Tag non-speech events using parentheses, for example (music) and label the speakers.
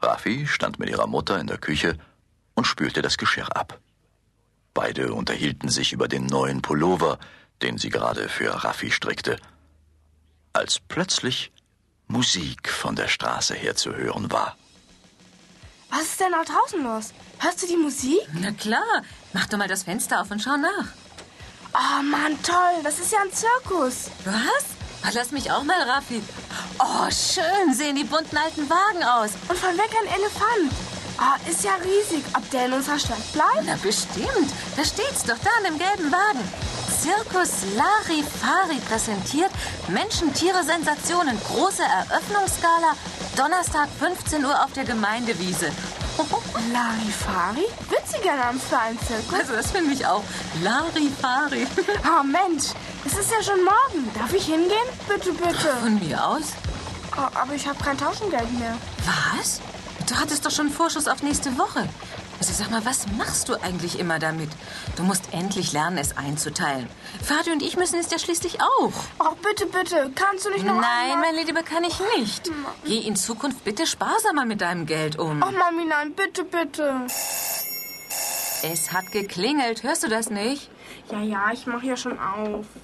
Speaker 1: Buffy stand mit ihrer Mutter in der Küche und spülte das Geschirr ab. Beide unterhielten sich über den neuen Pullover, den sie gerade für Raffi strickte, als plötzlich Musik von der Straße her zu hören war.
Speaker 2: Was ist denn da draußen los? Hörst du die Musik?
Speaker 3: Na klar, mach doch mal das Fenster auf und schau nach.
Speaker 2: Oh Mann, toll, das ist ja ein Zirkus.
Speaker 3: Was? Ah, Lass mich auch mal, Raffi. Oh, schön sehen die bunten alten Wagen aus.
Speaker 2: Und von weg ein Elefant. Oh, ist ja riesig. Ob der in unserer Stadt bleibt?
Speaker 3: Na bestimmt, da steht's doch da an dem gelben Wagen. Zirkus Larifari präsentiert Menschen-Tiere-Sensationen, große Eröffnungsgala, Donnerstag 15 Uhr auf der Gemeindewiese. (laughs)
Speaker 2: Larifari? Witziger Name für einen Zirkus.
Speaker 3: Also das finde ich auch. Larifari. (laughs)
Speaker 2: Oh Mensch, es ist ja schon morgen. Darf ich hingehen? Bitte, bitte.
Speaker 3: Von mir aus?
Speaker 2: Oh, aber ich habe kein Taschengeld mehr.
Speaker 3: Was? Du hattest doch schon Vorschuss auf nächste Woche. Also sag mal, was machst du eigentlich immer damit? Du musst endlich lernen, es einzuteilen. Fadi und ich müssen es ja schließlich auch.
Speaker 2: Oh, bitte, bitte. Kannst du nicht noch
Speaker 3: Nein,
Speaker 2: einmal...
Speaker 3: mein Lieber, kann ich nicht. Geh in Zukunft bitte sparsamer mit deinem Geld um.
Speaker 2: Ach, Oh, Mami, nein, bitte, bitte.
Speaker 3: Es hat geklingelt, hörst du das nicht?
Speaker 2: Ja, ja, ich mache ja schon auf.